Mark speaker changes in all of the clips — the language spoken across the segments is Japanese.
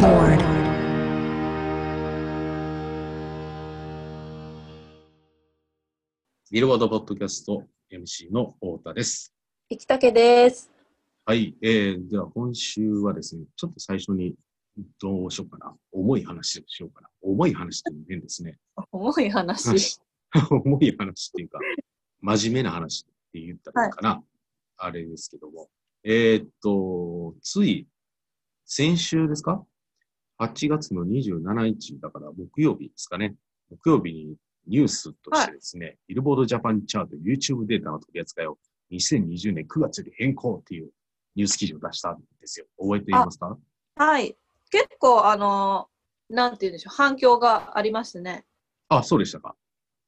Speaker 1: Lord.
Speaker 2: ビルボードポッドキャスト MC の太田です。
Speaker 3: 生きたけです。
Speaker 2: はい、えー、では今週はですね、ちょっと最初にどうしようかな。重い話をしようかな。重い話っていうのも変ですね。
Speaker 3: 重い話。
Speaker 2: 重い話っていうか、真面目な話って言ったらいいかな。あれですけども。えーっと、つい、先週ですか ?8 月の27日、だから木曜日ですかね。木曜日にニュースとしてですね、ビルボードジャパンチャート YouTube データの取り扱いを2020年9月に変更っていうニュース記事を出したんですよ。覚えていますか
Speaker 3: はい。結構、あのー、なんて言うんでしょう、反響がありましてね。
Speaker 2: あそうでしたか。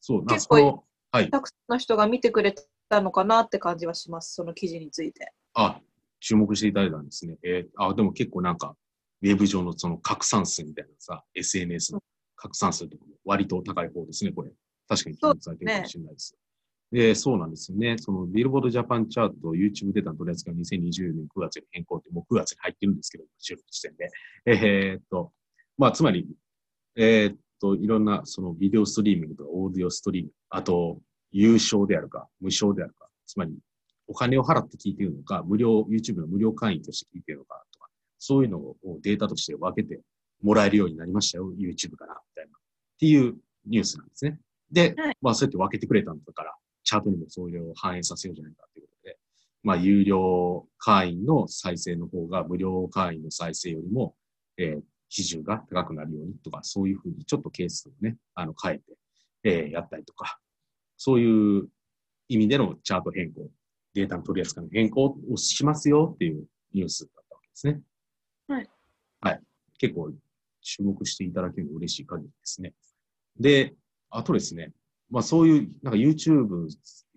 Speaker 2: そう、なんか
Speaker 3: 結
Speaker 2: そ
Speaker 3: 構い
Speaker 2: の、はい。
Speaker 3: たくさんの人が見てくれたのかなって感じはします、その記事について。
Speaker 2: あ、注目していただいたんですね。えーあ、でも結構なんか、ウェブ上のその拡散数みたいなさ、SNS の拡散数とかも割と高い方ですね、これ。確かに注目されてるかもしれないです。で、そうなんですよね。その、ビルボードジャパンチャート、YouTube データの取り扱い2020年9月に変更って、もう9月に入ってるんですけど、収録時点で。えーっと、まあ、つまり、えーっと、いろんな、その、ビデオストリーミングとか、オーディオストリーミング、あと、有償であるか、無償であるか、つまり、お金を払って聞いているのか、無料、YouTube の無料会員として聞いているのかとか、そういうのをデータとして分けてもらえるようになりましたよ、YouTube から、みたいな。っていうニュースなんですね。で、
Speaker 3: はい
Speaker 2: まあそうやって分けてくれたんだから、チャートにもそれを反映させようじゃないかということで、まあ有料会員の再生の方が無料会員の再生よりも、えー比重が高くなるようにとか、そういうふうにちょっとケースをね、あの変えて、えーやったりとか、そういう意味でのチャート変更データの取り扱いの変更をしますよっていうニュースだったわけですね。
Speaker 3: はい。
Speaker 2: はい。結構注目していただけるの嬉しい限りですね。で、あとですね、まあそういう、なんか YouTube、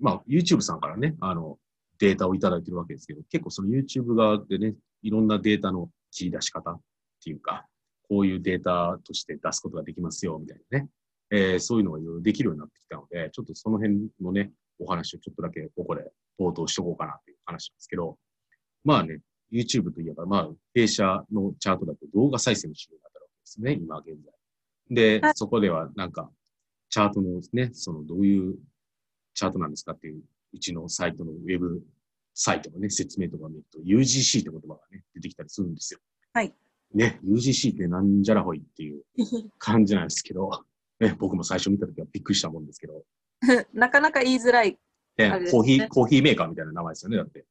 Speaker 2: まあ YouTube さんからね、あの、データをいただいてるわけですけど、結構その YouTube 側でね、いろんなデータの切り出し方っていうか、こういうデータとして出すことができますよ、みたいなね。えーそういうのがいろいろできるようになってきたので、ちょっとその辺のね、お話をちょっとだけここで冒頭しとこうかなという話なんですけど、まあね、YouTube といえば、まあ、弊社のチャートだと動画再生の主流になったわけですね、今現在。で
Speaker 3: は、
Speaker 2: そこではなんか、チャートのね、そのどういうチャートなんですかっていう、うちのサイトのウェブサイトのね、説明とか見ると、UGC って言葉がね、出てきたりするんですよ。
Speaker 3: はい。
Speaker 2: ね、UGC ってなんじゃらほいっていう感じなんですけど、 ね、僕も最初見た時はびっくりしたもんですけど、
Speaker 3: なかなか言いづら い。
Speaker 2: ね
Speaker 3: あれですね
Speaker 2: コーヒー、コーヒーメーカーみたいな名前ですよね、だって。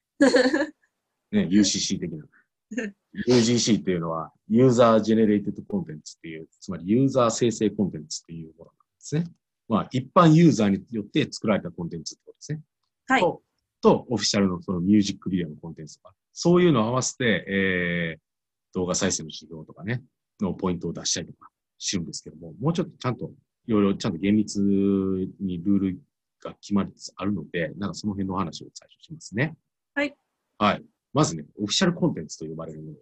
Speaker 2: ね、UCC 的な。UGC っていうのは、ユーザージェネレーテッドコンテンツっていう、つまりユーザー生成コンテンツっていうものなんですね。まあ、一般ユーザーによって作られたコンテンツってことですね。
Speaker 3: はい
Speaker 2: と、とオフィシャルのそのミュージックビデオのコンテンツとか、そういうのを合わせて、えー、動画再生の指標とかね、のポイントを出したりとかしてるんですけども、もうちょっとちゃんと、いろいろちゃんと厳密にルールが決まりつつあるので、なんかその辺のお話を最初しますね。
Speaker 3: はい。
Speaker 2: はい。まずね、オフィシャルコンテンツと呼ばれるものが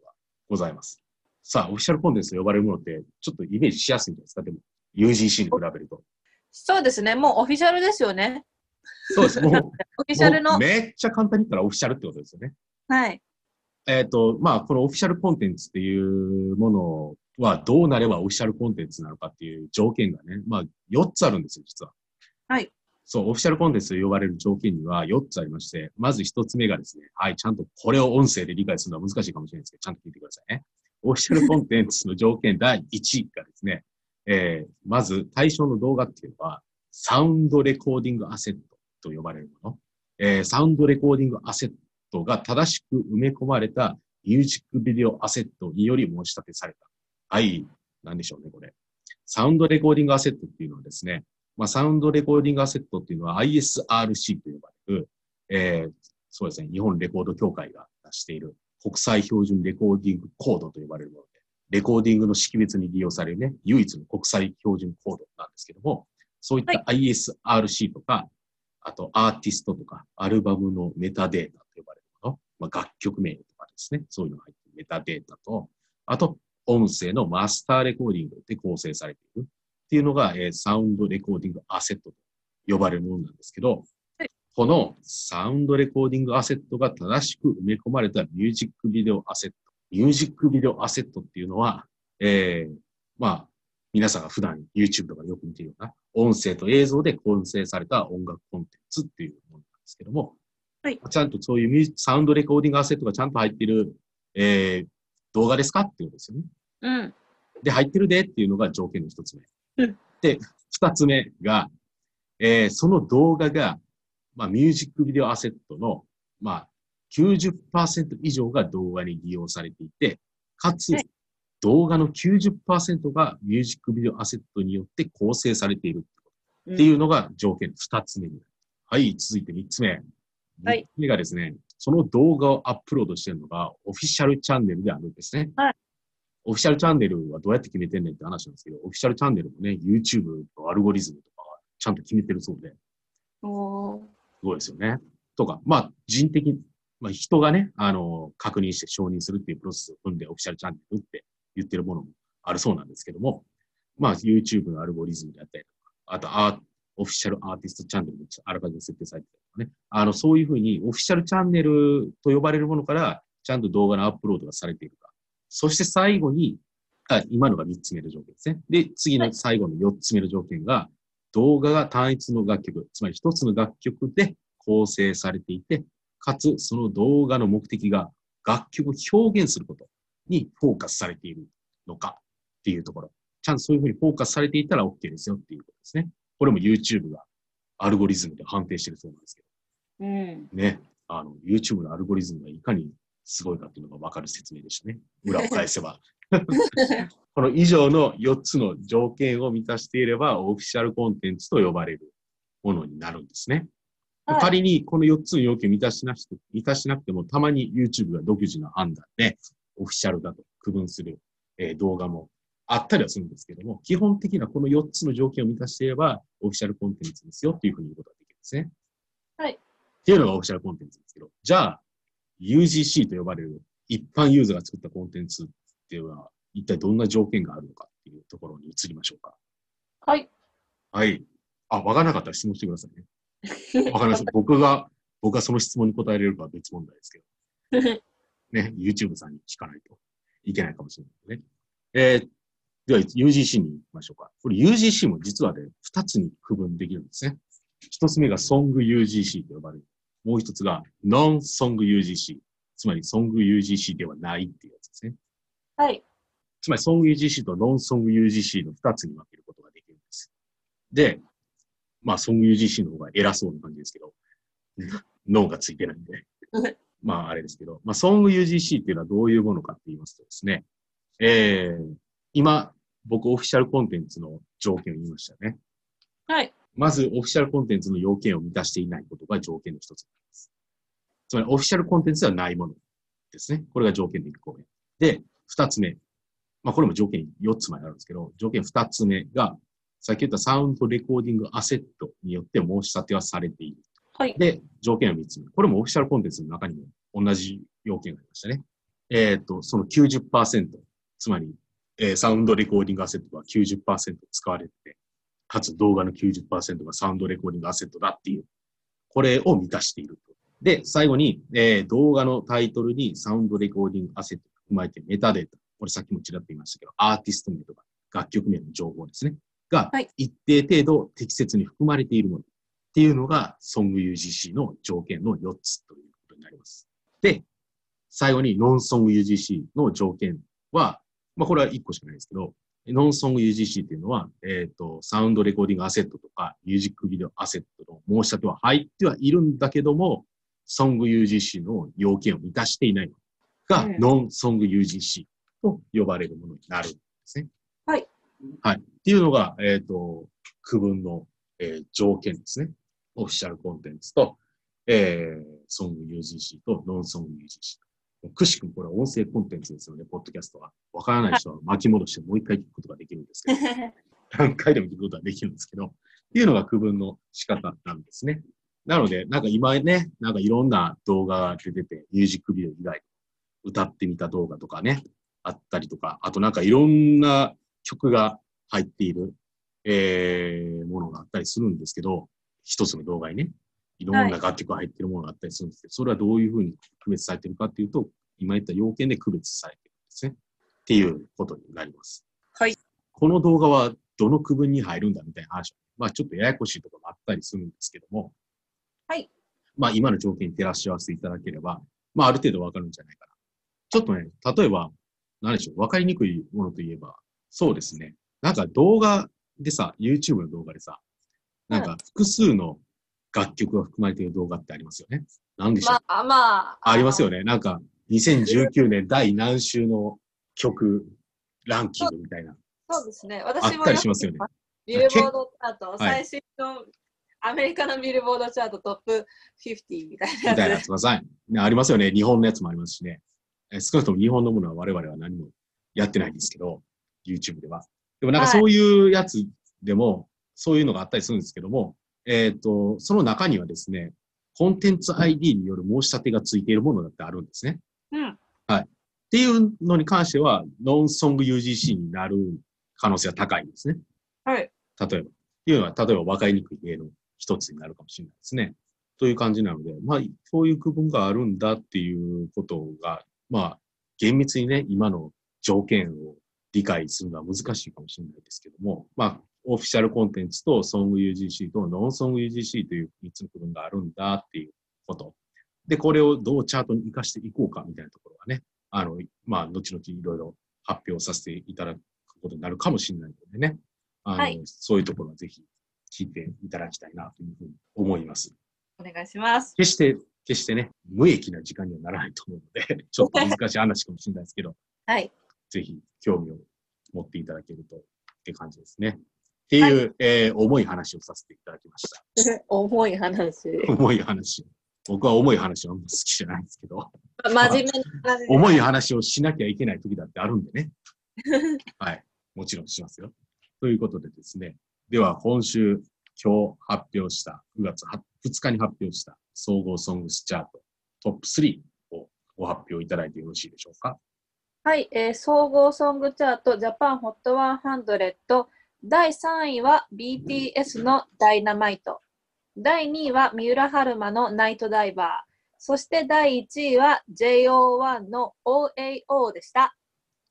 Speaker 2: ございます。さあ、オフィシャルコンテンツと呼ばれるものって、ちょっとイメージしやすいんじゃないですか、でも。UGC に比べると。
Speaker 3: そうですね、もうオフィシャルですよね。
Speaker 2: そうです。もう、オフ
Speaker 3: オフィシャルの。
Speaker 2: めっちゃ簡単に言ったらオフィシャルってことですよね。
Speaker 3: はい。
Speaker 2: えっ、と、まあ、このオフィシャルコンテンツっていうものは、どうなればオフィシャルコンテンツなのかっていう条件がね、まあ、4つあるんですよ、実は。
Speaker 3: はい。
Speaker 2: そう、オフィシャルコンテンツと呼ばれる条件には4つありまして、まず1つ目がですね、はい、ちゃんとこれを音声で理解するのは難しいかもしれないですけど、ちゃんと聞いてくださいね。オフィシ ャルコンテンツの条件第1位がですね、えー、まず対象の動画っていうのは、サウンドレコーディングアセットと呼ばれるもの。えー、サウンドレコーディングアセットが正しく埋め込まれたミュージックビデオアセットにより申し立てされた。はい、なんでしょうね、これ。サウンドレコーディングアセットっていうのはですね、まあ、サウンドレコーディングアセットっていうのは ISRC と呼ばれる、えーそうですね、日本レコード協会が出している国際標準レコーディングコードと呼ばれるもので、レコーディングの識別に利用されるね、唯一の国際標準コードなんですけども、そういった ISRC とか、あとアーティストとか、アルバムのメタデータと呼ばれるもの、まあ、楽曲名とかですね、そういうのが入ってるメタデータと、あと、音声のマスターレコーディングで構成されているっていうのが、えーサウンドレコーディングアセットと呼ばれるものなんですけど
Speaker 3: はい、
Speaker 2: このサウンドレコーディングアセットが正しく埋め込まれたミュージックビデオアセット。ミュージックビデオアセットっていうのは、えー、まあ、皆さんが普段 YouTube とかでよく見ているような、音声と映像で構成された音楽コンテンツっていうものなんですけども、
Speaker 3: はい
Speaker 2: ちゃんとそういうミュージサウンドレコーディングアセットがちゃんと入ってる、えー、動画ですかっていうことですよね。
Speaker 3: うん。
Speaker 2: で、入ってるでっていうのが条件の一つ目。
Speaker 3: うん
Speaker 2: で、二つ目が、えーその動画が、まあ、ミュージックビデオアセットの、まあ、90%以上が動画に利用されていて、かつ
Speaker 3: はい、
Speaker 2: 動画の90%がミュージックビデオアセットによって構成されている
Speaker 3: うん
Speaker 2: っていうのが条件二つ目になる。はい、続いて三つ目。
Speaker 3: はい
Speaker 2: 三つ目がですね、その動画をアップロードしてるのがオフィシャルチャンネルであるんですね。
Speaker 3: はい
Speaker 2: オフィシャルチャンネルはどうやって決めてんねんって話なんですけど、オフィシャルチャンネルもね、YouTube のアルゴリズムとかはちゃんと決めてるそうで、す
Speaker 3: おー
Speaker 2: ごいですよね。とか、まあ人的、まあ人がね、あの、確認して承認するっていうプロセスを踏んでオフィシャルチャンネルって言ってるものもあるそうなんですけども、まあ YouTube のアルゴリズムであったりとか、あとアーオフィシャルアーティストチャンネルもあらかじめ設定されてたりとかね、あの、そういうふうにオフィシャルチャンネルと呼ばれるものからちゃんと動画のアップロードがされているか。そして最後に、あ今のが3つ目の条件ですね。で、次の最後の4つ目の条件が、動画が単一の楽曲、つまり一つの楽曲で構成されていて、かつその動画の目的が楽曲を表現することにフォーカスされているのかっていうところ。ちゃんとそういうふうにフォーカスされていたら OK ですよっていうことですね。これも YouTube がアルゴリズムで判定してるそうなんですけ
Speaker 3: うん。
Speaker 2: どね。あの、YouTube のアルゴリズムがいかにすごいかっていうのがわかる説明でしたね。裏を返せば。この以上の4つの条件を満たしていれば、オフィシャルコンテンツと呼ばれるものになるんですね。
Speaker 3: はい
Speaker 2: 仮にこの4つの要件を満たしなくて満たしなくても、たまに YouTube が独自の判断で、オフィシャルだと区分する、えー動画もあったりはするんですけども、基本的なこの4つの条件を満たしていれば、オフィシャルコンテンツですよっていうふうに言うことができるんですね。
Speaker 3: はい
Speaker 2: っていうのがオフィシャルコンテンツですけど、じゃあ、UGC と呼ばれる一般ユーザーが作ったコンテンツっていうのは、一体どんな条件があるのかっていうところに移りましょうか。
Speaker 3: はい。
Speaker 2: はい。あ、わからなかったら質問してくださいね。わかりました。僕が、僕がその質問に答えれるかは別問題ですけど、ね、YouTube さんに聞かないといけないかもしれないね。えーでは UGC に行きましょうか。これ UGC も実はね、二つに区分できるんですね。一つ目が Song UGC と呼ばれる。もう一つが Non-Song UGC。つまり Song UGC ではないっていうやつですね。
Speaker 3: はい。
Speaker 2: つまり、ソング UGC とノンソング UGC の二つに分けることができるんです。で、まあ、ソング UGC の方が偉そうな感じですけど、ノンがついてないんで
Speaker 3: うん。
Speaker 2: まあ、あれですけど、まあ、ソング UGC っていうのはどういうものかって言いますとですね、えー、今、僕、オフィシャルコンテンツの条件を言いましたね。
Speaker 3: はい。
Speaker 2: まず、オフィシャルコンテンツの要件を満たしていないことが条件の一つになります。つまり、オフィシャルコンテンツではないものですね。これが条件の1個目。で、2つ目。まあ、これも条件4つ前あるんですけど、条件2つ目が、さっき言ったサウンドレコーディングアセットによって申し立てはされている。
Speaker 3: はい。
Speaker 2: で、条件は3つ目。これもオフィシャルコンテンツの中にも同じ要件がありましたね。えっ、と、その90%、つまり、えーサウンドレコーディングアセットが90%使われて、かつ動画の90%がサウンドレコーディングアセットだっていう、これを満たしていると。で、最後に、えー動画のタイトルにサウンドレコーディングアセットを踏まえてメタデータ、これさっきもちらっと言いましたけど、アーティスト名とか楽曲名の情報ですね、が
Speaker 3: はい
Speaker 2: 一定程度適切に含まれているもの。っていうのが、ソング UGC の条件の4つということになります。で、最後に、ノンソング UGC の条件は、まあ、これは1個しかないですけど、ノンソング UGC っていうのは、えっ、と、サウンドレコーディングアセットとか、ミュージックビデオアセットの申し立ては入ってはいるんだけども、ソング UGC の要件を満たしていないのが、
Speaker 3: うん
Speaker 2: ノンソング UGC と呼ばれるものになるんですね。
Speaker 3: はい。
Speaker 2: はい。っていうのが、えっ、と、区分の、えー条件ですね。オフィシャルコンテンツと、えー、ソング UGC とノンソング UGC。くしくもこれは音声コンテンツですよね、ポッドキャストは。わからない人は巻き戻してもう一回聞くことができるんですけど、何回でも聞くことができるんですけど、っていうのが区分の仕方なんですね。なので、なんか今ね、なんかいろんな動画が出てて、ミュージックビデオ以外、歌ってみた動画とかね、あったりとか、あとなんかいろんな曲が入っている、えー、ものがあったりするんですけど、一つの動画にね、いろんな楽曲が入ってるものがあったりするんですけど、それはどういうふうに区別されてるかっていうと、今言った要件で区別されてるんですね。っていうことになります。
Speaker 3: はい。
Speaker 2: この動画はどの区分に入るんだみたいな話。まあちょっとややこしいところもあったりするんですけども。
Speaker 3: はい。
Speaker 2: まあ今の条件に照らし合わせていただければ、まあある程度わかるんじゃないかな。ちょっとね、例えば、何でしょう、わかりにくいものといえば、そうですね。なんか動画でさ、YouTube の動画でさ、なんか複数の楽曲が含まれている動画ってありますよね。何でしょう、
Speaker 3: まあまあ。
Speaker 2: ありますよね。な んか、2019年第何週の曲ランキングみたいな。
Speaker 3: そうですね。
Speaker 2: あ
Speaker 3: 私
Speaker 2: っ
Speaker 3: も
Speaker 2: たりしますよね。
Speaker 3: ビルボードチャート、
Speaker 2: はい
Speaker 3: 最新のアメリカのビルボードチャートトップ50みたいな
Speaker 2: み
Speaker 3: やつ
Speaker 2: たい な
Speaker 3: で
Speaker 2: やつください。ねありますよね。日本のやつもありますしね。え少なくとも日本のものは我々は何もやってないんですけど、YouTube では。でもなんか
Speaker 3: はい
Speaker 2: そういうやつでも、そういうのがあったりするんですけども、えっ、と、その中にはですね、コンテンツ ID による申し立てがついているものだってあるんですね。
Speaker 3: うん。
Speaker 2: っていうのに関しては、ノンソング UGC になる可能性は高いんですね。
Speaker 3: はい。
Speaker 2: 例えば。っていうのは、例えば分かりにくい例の一つになるかもしれないですね。という感じなので、まあ、そういう区分があるんだっていうことが、まあ、厳密にね、今の条件を理解するのは難しいかもしれないですけども、まあ、オフィシャルコンテンツとソング UGC とノンソング UGC という3つの区分があるんだっていうこと。で、これをどうチャートに活かしていこうかみたいなところはね、あの、まあ、後々いろいろ発表させていただくことになるかもしれないのでね。あの、
Speaker 3: はい
Speaker 2: そういうところはぜひ聞いていただきたいなというふうに思います。
Speaker 3: お願いします。
Speaker 2: 決して、決してね、無益な時間にはならないと思うので、ち ょっと難しい話かもしれないですけど、
Speaker 3: はい。
Speaker 2: ぜひ興味を持っていただけるとって感じですね。っていう、えー重い話をさせていただきました。
Speaker 3: 重い 話。
Speaker 2: 重い話。僕は重い話はあんま好きじゃないんですけど、
Speaker 3: 真面目な話。
Speaker 2: 重い話をしなきゃいけない時だってあるんでね。はい。もちろんしますよ。ということでですね。では、今週、今日発表した、9月は2日に発表した総合ソングスチャートトップ3をご発表いただいてよろしいでしょうか。
Speaker 3: はい、えー総合ソングチャートジャパンホット100第3位は BTS のダイナマイト第2位は三浦春馬のナイトダイバーそして第1位は JO1 の OAO でした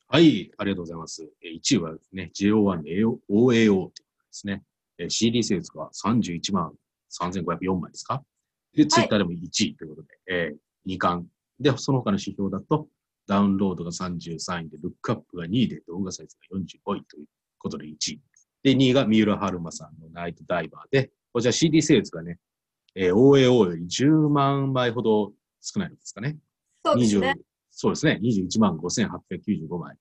Speaker 2: はい、ありがとうございます。1位はですね、JO1 の OAO ということですね。えー CD セールスが31万3504枚ですかで、ツイッターでも1位ということで、え2冠。で、その他の指標だと、ダウンロードが33位で、ルックアップが2位で、動画サイズが45位ということで1位。で、2位が三浦春馬さんのナイトダイバーで、こちら CD セールスがね、えー OAO より10万枚ほど少ないんですかね。
Speaker 3: そうです
Speaker 2: 20
Speaker 3: ね
Speaker 2: そうですね。21万5895枚。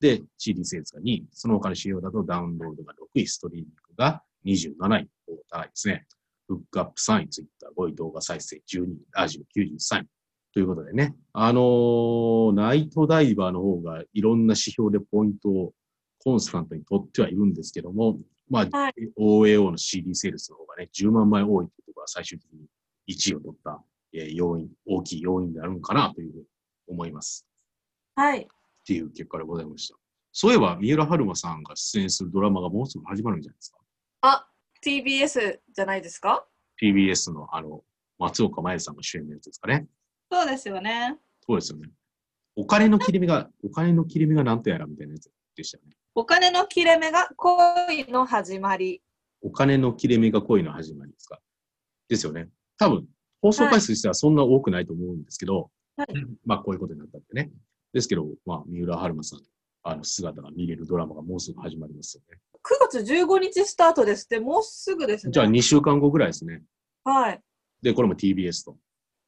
Speaker 2: で、CD セールスが2位。その他の指標だとダウンロードが6位、ストリーミングが27位。高いですね。フックアップ3位、ツイッター5位、動画再生12位、ラジオ93位。ということでね。あのーナイトダイバーの方がいろんな指標でポイントをコンスタントに取ってはいるんですけども、まあ、
Speaker 3: はい
Speaker 2: OAO の CD セールスの方がね、10万枚多いというところが最終的に1位を取った、えー要因、大きい要因であるのかなというふうに思います。
Speaker 3: はい
Speaker 2: っていう結果でございました。そういえば、三浦春馬さんが出演するドラマがもうすぐ始まるんじゃないですか。
Speaker 3: あ TBS じゃないですか
Speaker 2: TBS のあの、松岡茉優さんが主演のやつですかね。
Speaker 3: そうですよね
Speaker 2: そうですよね。お金の切れ目が、お金の切れ目がなんとやらみたいなやつでしたよね。
Speaker 3: お金の切れ目が恋の始まり
Speaker 2: お金の切れ目が恋の始まりですか。ですよね。多分、放送回数としてはそんな多くないと思うんですけど、
Speaker 3: はい
Speaker 2: まあこういうことになったんでね。ですけど、まあ三浦春馬さんのあの姿が見れるドラマがもうすぐ始まりますよね。
Speaker 3: 9月15日スタートですってもうすぐですね
Speaker 2: じゃあ2週間後ぐらいですね。
Speaker 3: はい
Speaker 2: で、これも TBS と。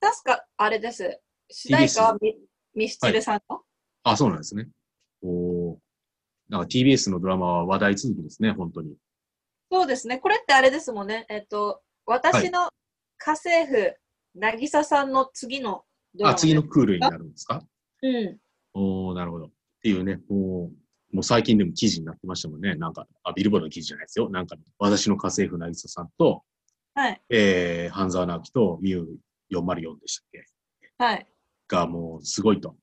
Speaker 3: 確か、あれです。主題歌はミミスチルさんの、
Speaker 2: あ、そうなんですね。おーなんか TBS のドラマは話題続きですね、本当に。
Speaker 3: そうですね。これってあれですもんね。えっと、私の家政婦、なぎささんの次のドラマ
Speaker 2: あ、
Speaker 3: です
Speaker 2: 次の。クールになるんですか
Speaker 3: うん。
Speaker 2: おーなるほど。っていうね、もう、もう最近でも記事になってましたもんね。なんか、あ、ビルボードの記事じゃないですよ。なんか、私の家政婦なぎささんと、
Speaker 3: はい。
Speaker 2: えー、半沢直樹とミュー404でしたっけ
Speaker 3: はい。
Speaker 2: がもうすごいと。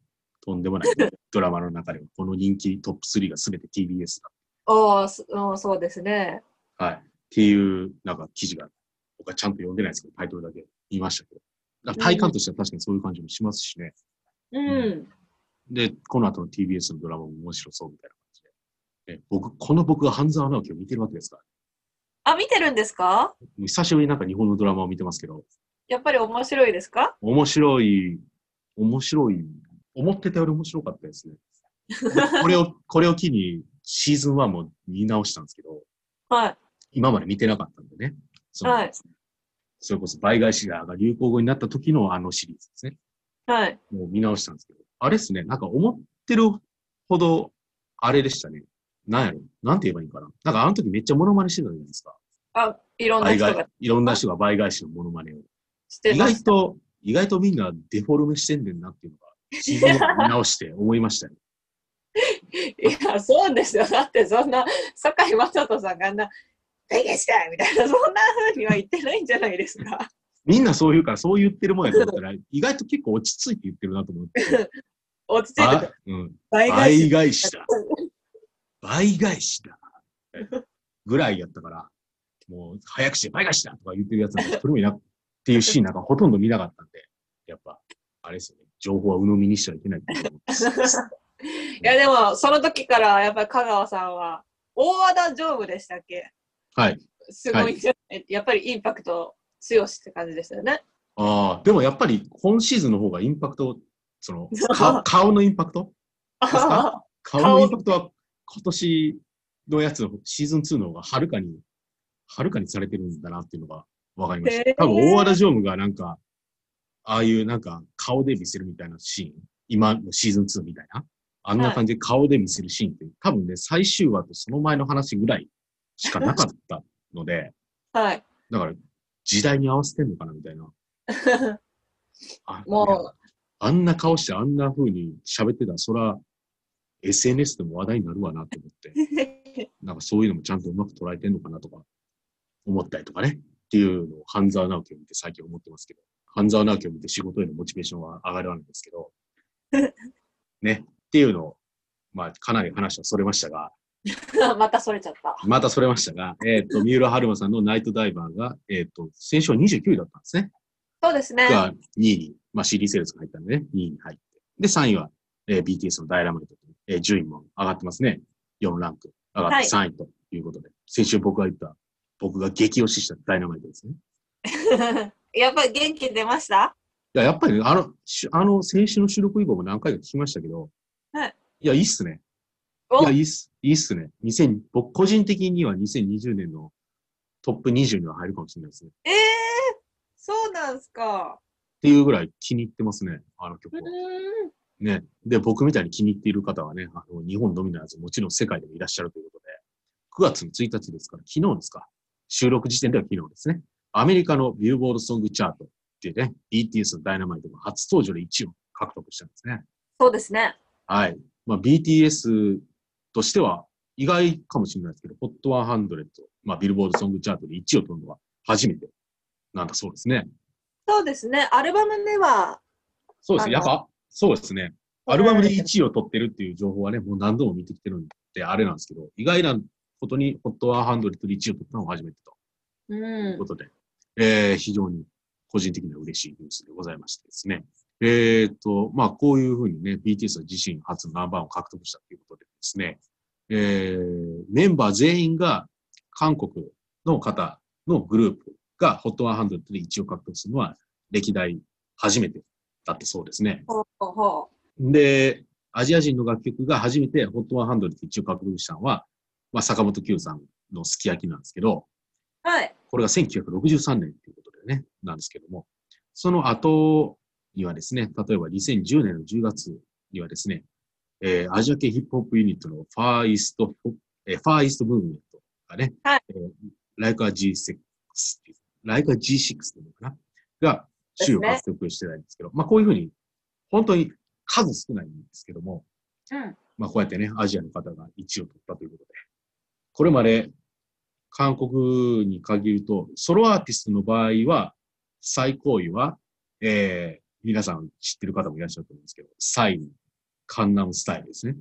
Speaker 2: とんでもない。ドラマの中では、この人気トップ3が全て TBS
Speaker 3: おーすおー、そうですね。
Speaker 2: だ。はい。っていう、なんか記事が、僕はちゃんと読んでないですけど、タイトルだけ見ましたけど。なんか体感としては確かにそういう感じもしますしね。
Speaker 3: うんん。
Speaker 2: で、この後の TBS のドラマも面白そうみたいな感じで。で僕、この僕が半沢直樹を見てるわけですから。
Speaker 3: あ、見てるんですか
Speaker 2: もう久しぶりになんか日本のドラマを見てますけど、
Speaker 3: やっぱり面白いですか
Speaker 2: 面白い、面白い、思ってたより面白かった ですね。これを、これを機にシーズン1も見直したんですけど、
Speaker 3: はい。
Speaker 2: 今まで見てなかったんでね。その
Speaker 3: はい
Speaker 2: それこそ倍返しが流行語になった時のあのシリーズですね。
Speaker 3: はい。
Speaker 2: もう見直したんですけど。あれですね、なんか思ってるほど、あれでしたね。なんやろなんて言えばいいんかななんかあの時めっちゃモノマネしてたじゃないですか。
Speaker 3: あ、いろんな
Speaker 2: 倍
Speaker 3: 人
Speaker 2: 返
Speaker 3: が
Speaker 2: いろんな人が倍返しのモノマネを。
Speaker 3: して
Speaker 2: 意
Speaker 3: ます。
Speaker 2: 外と、意外とみんなデフォルメしてんねんなっていうのが、シーズン1見直して 思いましたね。
Speaker 3: いや、そうですよ。だってそんな、堺井雅人さんがあんな、大変したいみたいな、そんな風には言ってないんじゃないです か。
Speaker 2: みんなそう言うから、そう言ってるもんやと思ったら、意外と結構落ち着いて言ってるなと思 って。
Speaker 3: 落ち着いて
Speaker 2: あ
Speaker 3: て、
Speaker 2: うん、
Speaker 3: 倍 返し。
Speaker 2: 倍返しだ。倍返しだ。ぐらいやったから、もう、早くして倍返しだとか言ってるやつなんか一人もいなくっていうシーンなんかほとんど見なかったんで、やっぱ、あれですよね。情報は鵜呑みにしちゃいけないっていうのも
Speaker 3: いや、でも、その時から、やっぱり香川さんは、大和田常務でしたっけ
Speaker 2: はい。
Speaker 3: すごいんじゃない、やっぱりインパクト強しって感じでしたよね。
Speaker 2: ああ、でもやっぱり今シーズンの方がインパクト、その、か顔のインパクトすか顔のインパクトは今年のやつのシーズン2の方がはるかに、はるかにされてるんだなっていうのが分かりまし
Speaker 3: へ
Speaker 2: た。
Speaker 3: ー
Speaker 2: 多分大和田常務がなんか、ああいうなんか顔で見せるみたいなシーン、今のシーズン2みたいな、あんな感じで顔で見せるシーンって、多分ね、最終話とその前の話ぐらいしかなかったので、
Speaker 3: はい。
Speaker 2: だから時代に合わせてんのかなみたいな。あ
Speaker 3: も
Speaker 2: あんな顔してあんな風に喋ってたら、そら、SNS でも話題になるわなと思って、なんかそういうのもちゃんとうまく捉えてんのかなとか、思ったりとかね、っていうのを半沢直樹を見て最近思ってますけど、半沢直樹を見て仕事へのモチベーションは上がるわけですけど、ね、っていうのを、まあ、かなり話はそれましたが、
Speaker 3: う、 またそれちゃった。
Speaker 2: またそれましたが、えっ、と、三浦春馬さんのナイトダイバーが、えっ、と、先週は29位だったんですね。
Speaker 3: そうですね。
Speaker 2: が2位に、まあ、CD セールスが入ったんでね、2位に入って。で、3位は、えー BTS のダイラマイトと、えー順位も上がってますね。4ランク上がって3位ということで、先週僕が言った、僕が激推ししたダイナマイトですね。
Speaker 3: やっぱり元気出ました
Speaker 2: いや、やっぱりね、あの、しあの、先週の収録以降も何回か聞きましたけど、
Speaker 3: はい。
Speaker 2: いや、いいっすね。い
Speaker 3: お
Speaker 2: や、いいっす。いいっすね。2000、僕個人的には2020年のトップ20には入るかもしれないですね。っ
Speaker 3: えー、そうなんすか。
Speaker 2: ていうぐらい気に入ってますね、あの曲
Speaker 3: う
Speaker 2: は
Speaker 3: ー。ん。
Speaker 2: ね。で、僕みたいに気に入っている方はね、あの日本のみならず、もちろん世界でもいらっしゃるということで、9月の1日ですから、昨日ですか。収録時点では昨日ですね。アメリカのビューボードソングチャートっていうね、BTS のダイナマイトが初登場で1位を獲得したんですね。
Speaker 3: そうですね。
Speaker 2: はい。まあ、BTS としては意外かもしれないですけど、HOT100、まあ、ビルボードソングチャートで1位を取るのは初めてなんだそうですね。
Speaker 3: そうですね。アルバムでは、
Speaker 2: そうですね。
Speaker 3: あ
Speaker 2: やっ
Speaker 3: の
Speaker 2: ぱ、そうですね。アルバムで1位を取ってるっていう情報はね、もう何度も見てきてるんで、あれなんですけど、意外なことに HOT100 で1位を取ったのが初めて
Speaker 3: う
Speaker 2: というんこ。とで、えー、非常に個人的には嬉しいニュースでございましてですね。えっ、と、まあ、こういうふうにね、BTS は自身初のナンバーワンを獲得したということでですね、えー、メンバー全員が韓国の方のグループが HOT100 で1位を獲得するのは歴代初めてだったそうですね。
Speaker 3: ほうほうほ
Speaker 2: で、アジア人の楽曲が初めて HOT100 で一応獲得したのは、まあ、坂本九さんのすき焼きなんですけど、
Speaker 3: う。はい。
Speaker 2: これが1963年ということでね、なんですけども、その後にはですね、例えば2010年の10月にはですね、えーアジア系ヒップホップユニットのファーイースト、えーファーイーストムーブメントがね、
Speaker 3: はい
Speaker 2: えーライカ G6、ライカ G6 っていうのかなが、主を獲得してないんですけど、まあこういうふうに、本当に数少ないんですけども、
Speaker 3: うん。
Speaker 2: まあ、こうやってね、アジアの方が1位を取ったということで。これまで、韓国に限ると、ソロアーティストの場合は、最高位は、えー、皆さん知ってる方もいらっしゃると思うんですけど、サイン、カンナムスタイルですね。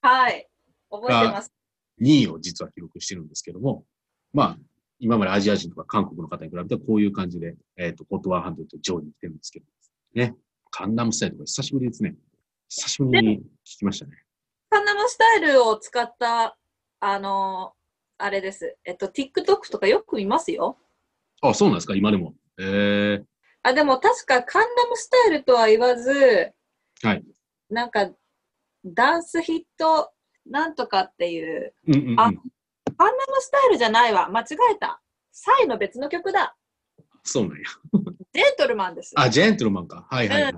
Speaker 3: はい。覚えてます。
Speaker 2: 2位を実は記録してるんですけども、まあ、今までアジア人とか韓国の方に比べてこういう感じで、えっ、と、コットワンハンドと上位に来てるんですけど、ね。カンナムスタイルとか久しぶりですね。久しぶりに聞きましたね。
Speaker 3: カンナムスタイルを使った、あのーあれです。えっと、TikTok とかよく見ますよ。
Speaker 2: あ、そうなんですか今でも。えー、
Speaker 3: あ、でも確かカンナムスタイルとは言わず、
Speaker 2: はい。
Speaker 3: なんか、ダンスヒットなんとかっていう、
Speaker 2: うんうん、うん。
Speaker 3: あカンナムスタイルじゃないわ。間違えた。サイの別の曲だ。
Speaker 2: そうなんや。
Speaker 3: ジェントルマンです。
Speaker 2: あ、ジェントルマンか。はいはいはい。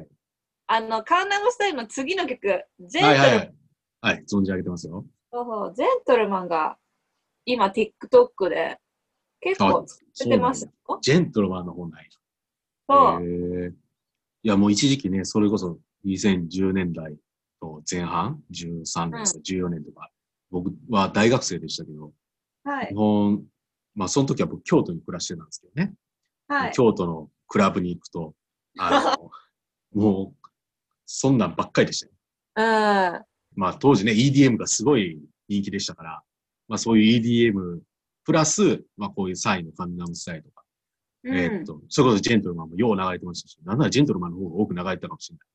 Speaker 3: あの、カンナムスタイルの次の曲、ジェント
Speaker 2: はい
Speaker 3: ルマン
Speaker 2: はいはい。はい、存じ上げてますよ。
Speaker 3: そうそう、ジェントルマンが今 TikTok で結構
Speaker 2: そ
Speaker 3: 出
Speaker 2: う
Speaker 3: て
Speaker 2: なん
Speaker 3: ます
Speaker 2: や
Speaker 3: よ。
Speaker 2: ジェントルマンの本ない。
Speaker 3: そう
Speaker 2: へーいや、もう一時期ね、それこそ2010年代の前半、13年とか14年とか、僕は大学生でしたけど、
Speaker 3: はい
Speaker 2: 日。本、まあその時は僕京都に暮らしてたんですけどね、
Speaker 3: はい。
Speaker 2: 京都のクラブに行くと、あ の、もう、そんなんばっかりでしたよ。
Speaker 3: うん。
Speaker 2: まあ当時ね、EDM がすごい人気でしたから、まあそういう EDM プラス、まあこういうサイのカンナムスタイルとか、
Speaker 3: うん、
Speaker 2: えーっと、それこそジェントルマンもよう流れてましたし、なんならジェントルマンの方が多く流れてたかもしれない。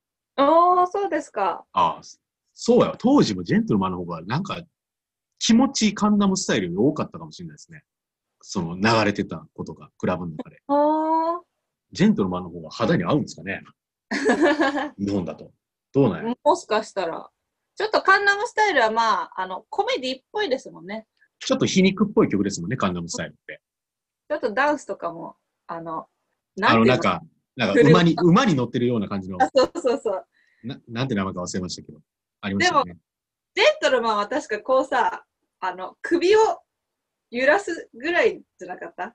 Speaker 3: おー、そうですか。
Speaker 2: ああ、そうやわ。当時もジェントルマンの方が、なんか、気持ちいいカンナムスタイルより多かったかもしれないですね。その流れてたことが、クラブの中で。
Speaker 3: おー。
Speaker 2: ジェントルマンの方が肌に合うんですかね日本だと。どうなんや
Speaker 3: もしかしたら。ちょっとカンナムスタイルはまあ、あの、コメディっぽいですもんね。
Speaker 2: ちょっと皮肉っぽい曲ですもんね、カンナムスタイルって。
Speaker 3: ちょっとダンスとかも、あの、
Speaker 2: あ
Speaker 3: なん
Speaker 2: の、
Speaker 3: てい
Speaker 2: な
Speaker 3: うんの
Speaker 2: か、なんか馬に、馬に乗ってるような感じの、
Speaker 3: あそうそうそう。
Speaker 2: ななんて名前か忘れましたけど、ありましたよね。
Speaker 3: ジェントルマンは確かこうさ、あの、首を揺らすぐらいじゃなかった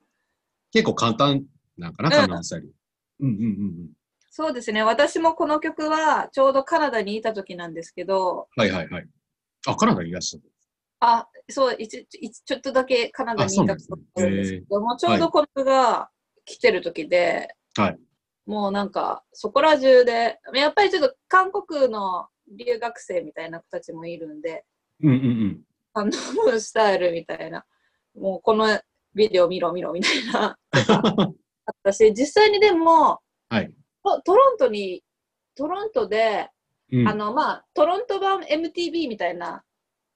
Speaker 2: 結構簡単なんかな、
Speaker 3: うん
Speaker 2: カンナムスタイル。うんうんうんうん。
Speaker 3: そうですね。私もこの曲はちょうどカナダにいた時なんですけど、
Speaker 2: はいはいはい。あ、カナダにいらっしゃる。
Speaker 3: あ、そう、いちいちちょっとだけカナダにいたことがあるんですけども、ちょうどこの曲が来てる時で、
Speaker 2: はい
Speaker 3: もうなんかそこら中で、やっぱりちょっと韓国の留学生みたいな子たちもいるんで、
Speaker 2: うんうんうん。
Speaker 3: あの、スタイルみたいな、もうこのビデオ見ろ見ろみたい な、あったし、実際にでも、
Speaker 2: はい
Speaker 3: トトロントに、トロントで、
Speaker 2: うん、
Speaker 3: あの、まあ、トロント版 MTV みたいな、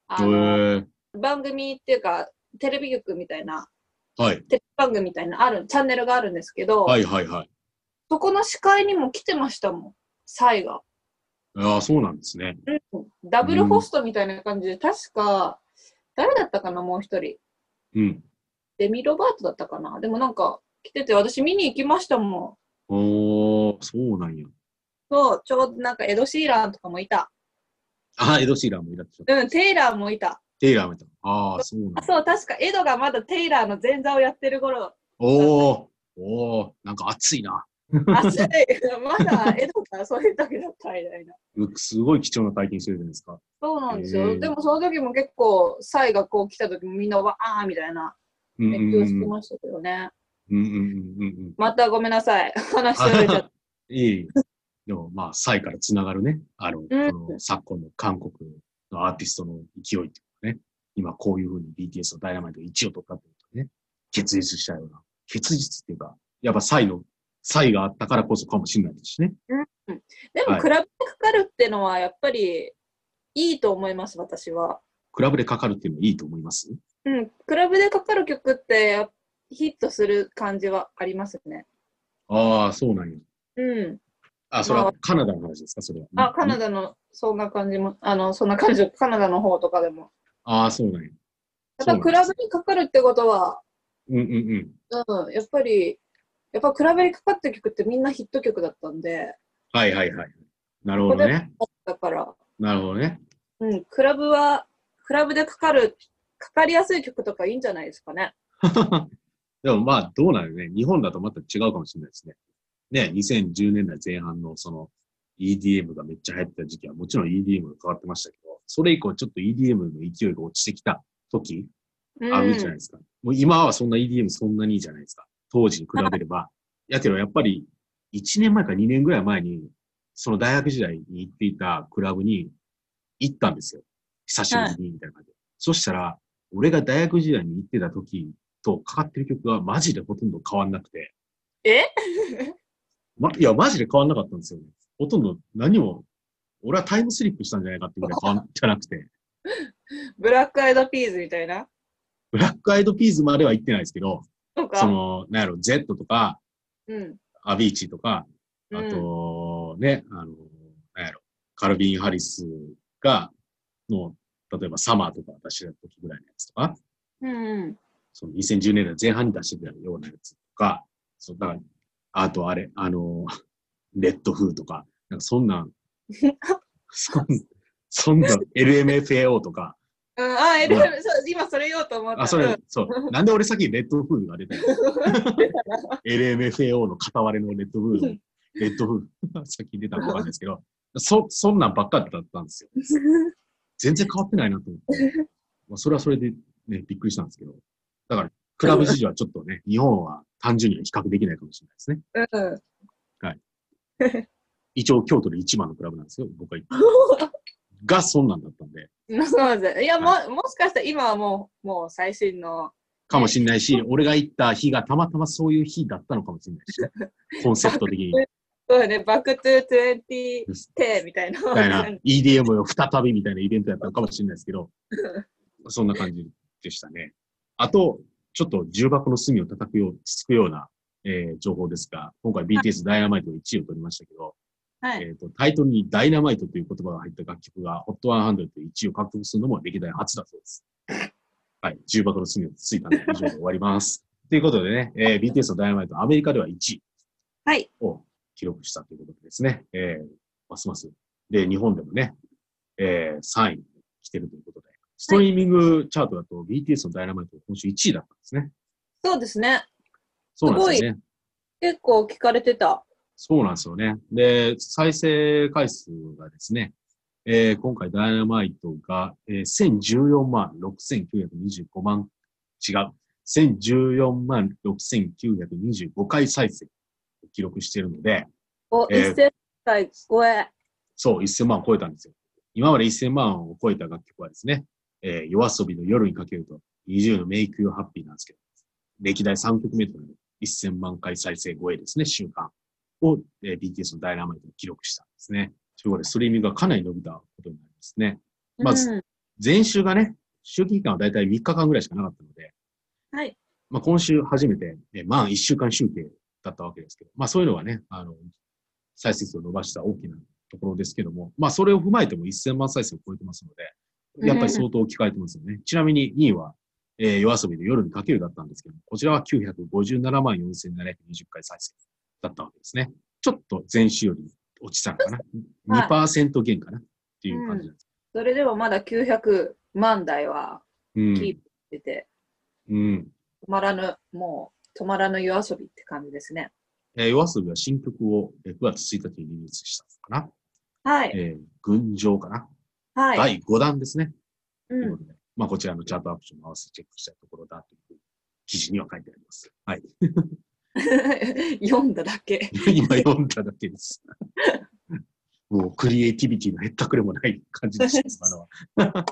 Speaker 3: あ
Speaker 2: へ
Speaker 3: の、
Speaker 2: ー
Speaker 3: 番組っていうか、テレビ局みたいな、
Speaker 2: はい。
Speaker 3: テレビ番組みたいな、ある、チャンネルがあるんですけど、
Speaker 2: はいはいはい。
Speaker 3: そこの司会にも来てましたもん、サイが。
Speaker 2: ああ、そうなんですね。
Speaker 3: うんダブルホストみたいな感じで、確か、誰だったかな、もう一人。
Speaker 2: うん。
Speaker 3: デミ・ロバートだったかな。でもなんか、来てて、私見に行きましたもん。
Speaker 2: おー、そうなんや。
Speaker 3: そう、ちょうどなんか、エド・シーランとかもいた。
Speaker 2: ああ、エド・シーラーもいらっしゃった。
Speaker 3: うん、テイラーもいた。
Speaker 2: テイラーもいた。ああ、そうなん
Speaker 3: あ
Speaker 2: や。
Speaker 3: そう、確かエドがまだテイラーの前座をやってる頃、
Speaker 2: おー、おー、なんか熱いな。
Speaker 3: 熱い、 まだエドがそういう時だったみたいな。
Speaker 2: うすごい貴重な体験してるじゃないですか。
Speaker 3: そうなんです
Speaker 2: へ
Speaker 3: よ。
Speaker 2: ー
Speaker 3: でもその時も結構、サイがこう来た時もみんなわーみたいな、
Speaker 2: うんうん
Speaker 3: 熱狂し
Speaker 2: う
Speaker 3: て
Speaker 2: ん。
Speaker 3: ましたけどね。
Speaker 2: うんうんうんうん
Speaker 3: またごめんなさい、 話しれちゃった。
Speaker 2: うん。いい。でもまあ、サイからつながるね、あの、この昨今の韓国のアーティストの勢いっていうかね、今こういうふうに BTS のダイナマイトが1位を取ったってことね、結実したような、結実っていうか、やっぱサイの、サイがあったからこそかもしれないですしね。
Speaker 3: で
Speaker 2: は
Speaker 3: も、
Speaker 2: い
Speaker 3: クラブでかかるってのは、やっぱりいいと思います、私は。
Speaker 2: クラブでかかるっていうのもいいと思います。
Speaker 3: うん、クラブでかかる曲って、ヒットする感じはありますね。
Speaker 2: ああ、そうなんや。
Speaker 3: うん。
Speaker 2: あ、それはカナダの話ですか、それは。
Speaker 3: あ、カナ
Speaker 2: ダ。
Speaker 3: ダの、そんな感じも、あの、そんな感じ、カナダの方とかでも。
Speaker 2: ああ、そうなんや。
Speaker 3: やっぱクラブにかかるってことは、
Speaker 2: うんうんうん。
Speaker 3: うん、やっぱり、やっぱクラブにかかった曲ってみんなヒット曲だったんで、
Speaker 2: はいはいはい。なるほどね。
Speaker 3: だから、
Speaker 2: なるほどね。
Speaker 3: うん、クラブは、クラブでかかる、かかりやすい曲とかいいんじゃないですかね。
Speaker 2: でもまあ、どうなるね。日本だとまた違うかもしれないですね。ね、2010年代前半のその EDM がめっちゃ流行ってた時期は、もちろん EDM が変わってましたけど、それ以降ちょっと EDM の勢いが落ちてきた時
Speaker 3: うん、
Speaker 2: あるじゃないですか。もう今はそんな EDM そんなにいいじゃないですか。当時に比べれば。やけどやっぱり1年前か2年ぐらい前に、その大学時代に行っていたクラブに行ったんですよ。久しぶりにみたいな感じで。そしたら、俺が大学時代に行ってた時とかかってる曲はマジでほとんど変わんなくて。
Speaker 3: え
Speaker 2: ま、いや、マジで変わんなかったんですよね。ほとんど何も俺はタイムスリップしたんじゃないかってぐらい変わんじゃなくて、
Speaker 3: ブラックアイドピーズみたいな
Speaker 2: ブラックアイドピーズまでは行ってないですけど、
Speaker 3: とか。
Speaker 2: その、なんやろ、Z とか、
Speaker 3: うん。
Speaker 2: アビーチとか、
Speaker 3: う
Speaker 2: あ
Speaker 3: ん、
Speaker 2: と、ね、あの、なんやろ、カルビン・ハリスが、の、例えばサマーとか出してた時ぐらいのやつとか、
Speaker 3: うんうん。
Speaker 2: その2010年代前半に出してたようなやつとか、そうだからあとあれ、あの、レッドフーとか、なんかそん なん、そんそんなん、LMFAO とか、
Speaker 3: うん、あ、え、
Speaker 2: うん
Speaker 3: そう今それ言おうと思った。
Speaker 2: あ、それ、そう、なんで俺先にレッドフーが出たの LMFAO の片割れのレッドフード、レッドフード、さっき出たのわかんないですけど、そ、そんなんばっかだったんですよ。
Speaker 3: うん
Speaker 2: 全然変わってないなと思って。まあ、それはそれでね、びっくりしたんですけど。だから、クラブ事情はちょっとね、日本は単純には比較できないかもしれないですね。
Speaker 3: うん。
Speaker 2: 一応、京都で一番のクラブなんですよ、僕は言って。が、そんなんだったんで、
Speaker 3: そうです。いや、も、もしかしたら今はもう、もう最新の、
Speaker 2: かもしれないし、俺が行った日がたまたまそういう日だったのかもしれないし、コンセプト的に。
Speaker 3: そうだね、バックトゥー20
Speaker 2: です
Speaker 3: テみたいな。
Speaker 2: みたいな、EDM を再びみたいなイベントやったのかもしれないですけど、そんな感じでしたね。あと、ちょっと重箱の隅を叩くよう、つつくような、えー情報ですが、今回 BTS ダイナマイト1位を取りましたけど、
Speaker 3: はい。
Speaker 2: えーとタイトルにダイナマイトという言葉が入った楽曲が HOT100 で1位を獲得するのも歴代初だそうです。はい、重箱の隅をつついたので以上で終わります。ということでね、えー BTS のダイナマイト、アメリカでは1位
Speaker 3: はい。
Speaker 2: を記録したということですね。えー、ますます。で、日本でもね、えー、3位に来てるということで、ストリーミングチャートだと BTS のダイナマイトが今週1位だったんですね。
Speaker 3: そうですね。
Speaker 2: そうなんですよね。
Speaker 3: 結構聞かれてた。
Speaker 2: そうなんですよね。で、再生回数がですね、えー、今回ダイナマイトが、えー、1014万6925万、違う。1014万6925回再生を記録しているので、
Speaker 3: お、
Speaker 2: えー
Speaker 3: 1000回超え。
Speaker 2: そう、1000万を超えたんですよ。今まで1000万を超えた楽曲はですね、えー、夜遊びの夜にかけると、20の Make You Happy なんですけど、歴代3曲目となる1000万回再生超えですね、瞬間を、えー BTS のダイナマイトに記録したんですね。ということで、ストリーミングがかなり伸びたことになりますね。まず
Speaker 3: うん
Speaker 2: 前週がね、周期期間はだいたい3日間ぐらいしかなかったので、
Speaker 3: はい。
Speaker 2: まあ、今週初めて、ね、満1週間集計だったわけですけど、まあそういうのがね、あの、再生数を伸ばした大きなところですけども、まあそれを踏まえても1000万再生を超えてますので、やっぱり相当置き換えてますよね。ちなみに2位は、えー、夜遊びで夜にかけるだったんですけども、こちらは957万4720回再生だったわけですね。ちょっと前週より落ちたのかな。2%減かなっていう感じなんです。
Speaker 3: それでもまだ900万台は
Speaker 2: うん。
Speaker 3: キープしてて、
Speaker 2: うん。
Speaker 3: 止まらぬ、もう止まらぬ夜遊びって感じですね。
Speaker 2: えー、夜遊びは新曲をえー9月1日にリリースしたのかな。
Speaker 3: はい。
Speaker 2: えー、群青かな、
Speaker 3: はい。
Speaker 2: 第5弾ですね。という
Speaker 3: う
Speaker 2: こ
Speaker 3: ん。
Speaker 2: とで、まあ、こちらのチャートアプションも合わせてチェックしたいところだという記事には書いてあります。はい。
Speaker 3: 読んだだけ。
Speaker 2: 今読んだだけです。 もうクリエイティビティのへったくれもない感じでした、今のは。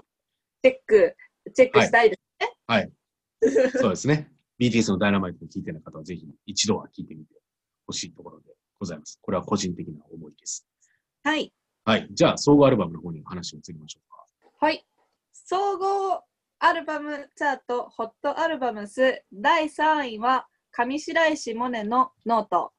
Speaker 3: チェック、チェックしたいです。
Speaker 2: そうですね。BTS のダイナマイトを聞いてない方はぜひ一度は聞いてみてほしいところでございます。これは個人的な思いです。
Speaker 3: はい。
Speaker 2: はい。じゃあ、総合アルバムの方に話を移りましょうか。
Speaker 3: はい。総合アルバムチャートホットアルバムス第3位は上白石萌音のノート。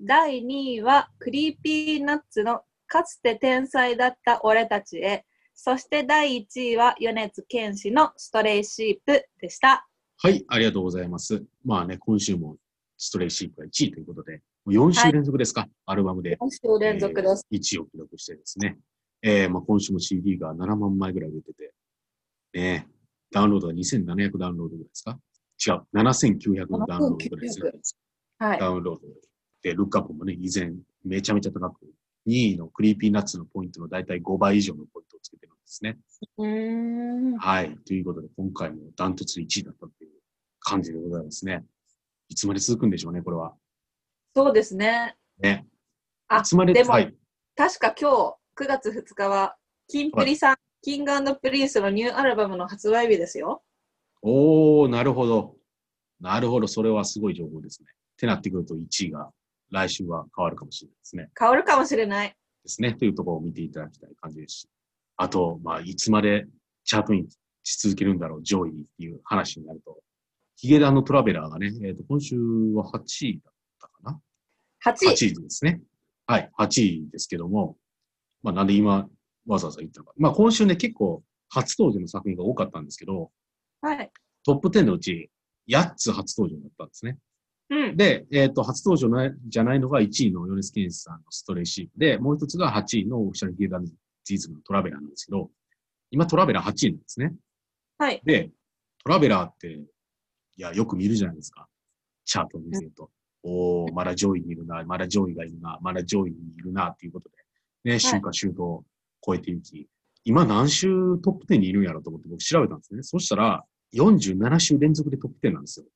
Speaker 3: 第2位はクリーピーナッツのかつて天才だった俺たちへ。そして第1位は米津玄師のストレイシープでした。
Speaker 2: はい、ありがとうございます。まあね、今週もストレイシープが1位ということで、もう4週連続ですか、アルバムで
Speaker 3: 4週連続です。
Speaker 2: 1位を記録してですね。えーまあ、今週も CD が7万枚ぐらい売れてて、ねえ、ダウンロードが2700ダウンロードぐらいですか違う、7900ダウンロードぐらいですね。
Speaker 3: はい
Speaker 2: ダ。ウンロード。で、ルックアップもね、以前めちゃめちゃ高く、2位のクリーピーナッツのポイントのだいたい5倍以上のポイントをつけてるんですね。
Speaker 3: うーん。
Speaker 2: はい。ということで、今回もダントツ1位だったっていう感じでございますね。いつまで続くんでしょうね、これは。
Speaker 3: そうですね。
Speaker 2: ね。
Speaker 3: あ
Speaker 2: いつまで、
Speaker 3: でも
Speaker 2: はい。
Speaker 3: 確か今日9月2日は、キンプリさん、キングプリンスのニューアルバムの発売日ですよ。
Speaker 2: おー、なるほど。なるほど。それはすごい情報ですね。ってなってくると1位が来週は変わるかもしれないですね。
Speaker 3: 変わるかもしれない。
Speaker 2: ですね、というところを見ていただきたい感じですし、あと、まあ、いつまでチャートインし続けるんだろう、上位にっていう話になると、ヒゲダンのトラベラーがね、えっ、と、今週は8位だったかな
Speaker 3: 8
Speaker 2: ?8
Speaker 3: 位。
Speaker 2: 位ですね。はい、8位ですけども、まあ、なんで今、わざわざ言ったのか。まあ、今週ね、結構、初登場の作品が多かったんですけど、
Speaker 3: はい。
Speaker 2: トップ10のうち、8つ初登場だったんですね。
Speaker 3: うん。
Speaker 2: で、えっ、と、初登場なじゃないのが1位のヨネスケンスさんのストレイシープで、もう一つが8位のオフィシャルヒゲダンディズムのトラベラーなんですけど、今トラベラー8位なんですね。
Speaker 3: はい。
Speaker 2: で、トラベラーって、いや、よく見るじゃないですか。チャート見せると。おー、まだ上位にいるな、まだ上位がいるな、まだ上位にいるな、っていうことで、ね、週間週を超えていき、今何週トップ10にいるんやろうと思って僕調べたんですね。そしたら、47週連続でトップ10なんですよ。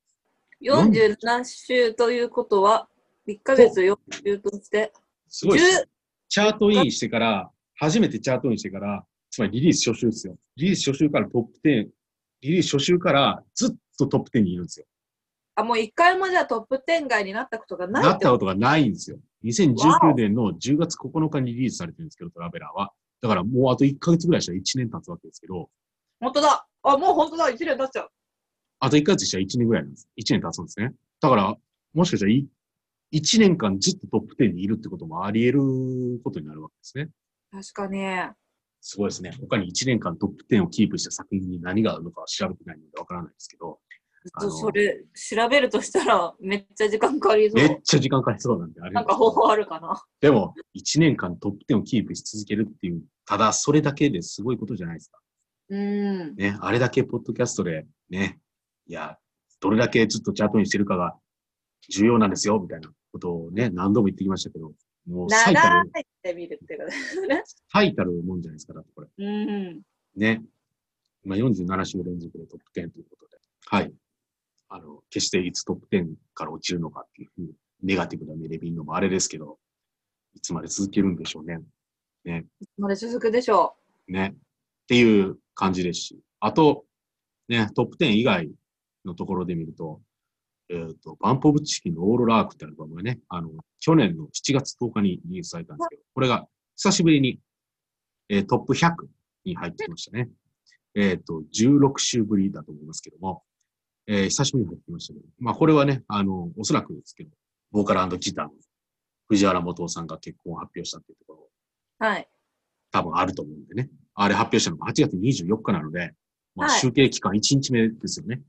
Speaker 3: 47週ということは、1ヶ月4週として、
Speaker 2: すごいっ
Speaker 3: 10
Speaker 2: す。チャートインしてから、初めてチャートインしてから、つまりリリース初週ですよ。リリース初週からトップ10、リリース初週からずっとトップ10にいるんですよ。
Speaker 3: あ、もう1回もじゃあトップ10外になったことがない
Speaker 2: な
Speaker 3: っ
Speaker 2: ってた
Speaker 3: こ
Speaker 2: ことがないんですよ。2019年の10月9日にリリースされてるんですけど、トラベラーは。だからもうあと1ヶ月ぐらいしたら1年経つわけですけど、
Speaker 3: と。本当だ。あ、もう本当だ。1年経っちゃう。
Speaker 2: あと1ヶ月したら1年ぐらいなんです。1年経つんですね。だから、もしかしたらい1年間ずっとトップ10にいるってこともあり得ることになるわけですね。
Speaker 3: 確かに。
Speaker 2: すごいですね。他に1年間トップ10をキープした作品に何があるのかは調べてないのでわからないですけど、あの
Speaker 3: それ、調べるとしたら、めっちゃ時間かかりそ
Speaker 2: めっ
Speaker 3: う。
Speaker 2: ちゃ時間かかりそうなんで、あれ
Speaker 3: な
Speaker 2: なんんで
Speaker 3: か
Speaker 2: すけど
Speaker 3: 方法あるかな。
Speaker 2: でも、1年間トップ10をキープし続けるっていう、ただそれだけですごいことじゃないですか。
Speaker 3: うん。
Speaker 2: ね、あれだけポッドキャストで、ね、いや、どれだけずっとチャートにしてるかが重要なんですよ、みたいなことをね、何度も言ってきましたけど、もう最た
Speaker 3: 長
Speaker 2: る、
Speaker 3: いって見るってことですね。
Speaker 2: 最たるもんじゃないですか、だってこれ。
Speaker 3: うん。
Speaker 2: ね。まあ、47週連続でトップ10ということで。はい。あの、決していつトップ10から落ちるのかっていうふうに、ネガティブな目で見るのもあれですけど、いつまで続けるんでしょうね。
Speaker 3: まだ続くでしょ
Speaker 2: ね。っていう感じですし。あと、ね、トップ10以外のところで見ると、えっ、と、バンポブチキンのオーロラアークってアルバムがね、あの、去年の7月10日にリリースされたんですけど、これが久しぶりに、えートップ100に入ってきましたね。えっ、と、16週ぶりだと思いますけども、えー久しぶりに入ってきましたけど、まあこれはね、あの、おそらくですけど、ボーカルギターの藤原元夫さんが結婚を発表したっていうところ
Speaker 3: う。はい。
Speaker 2: 多分あると思うんでね。あれ発表したのが8月24日なので、まあ、
Speaker 3: はい
Speaker 2: 集計期間1日目ですよね、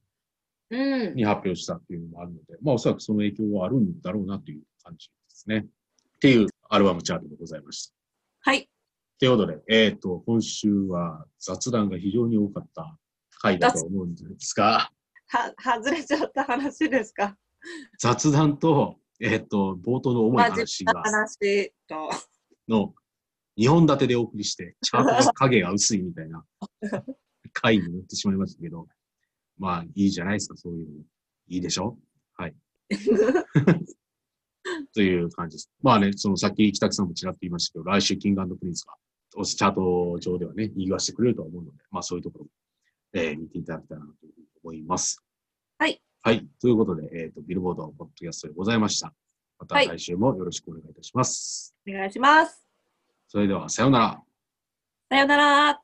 Speaker 3: うん。
Speaker 2: に発表したっていうのもあるので、まあおそらくその影響はあるんだろうなという感じですね。っていうアルバムチャートでございました。
Speaker 3: はい。
Speaker 2: ということで、えっ、と、今週は雑談が非常に多かった回だと思うんですが、
Speaker 3: は、外れちゃった話ですか。
Speaker 2: 雑談と、えっ、と、冒頭の重い
Speaker 3: まあ自
Speaker 2: 話
Speaker 3: 分の、
Speaker 2: が
Speaker 3: 話と。
Speaker 2: の2本立てでお送りして、チャートの影が薄いみた いな回になってしまいましたけど、まあいいじゃないですか、そういうの。いいでしょ という感じです。まあね、そのさっき北木さんもちらっと言いましたけど、来週キングプリンスが、おチャート上ではね、賑わしてくれるとは思うので、まあそういうところも、えー見ていただきたいなというふうに思います。
Speaker 3: はい。
Speaker 2: はい。ということで、えっ、と、ビルボードポッドキャストでございました。また
Speaker 3: はい
Speaker 2: 来週もよろしくお願いいたします。
Speaker 3: お願いします。
Speaker 2: それでは、さようなら。
Speaker 3: さよなら。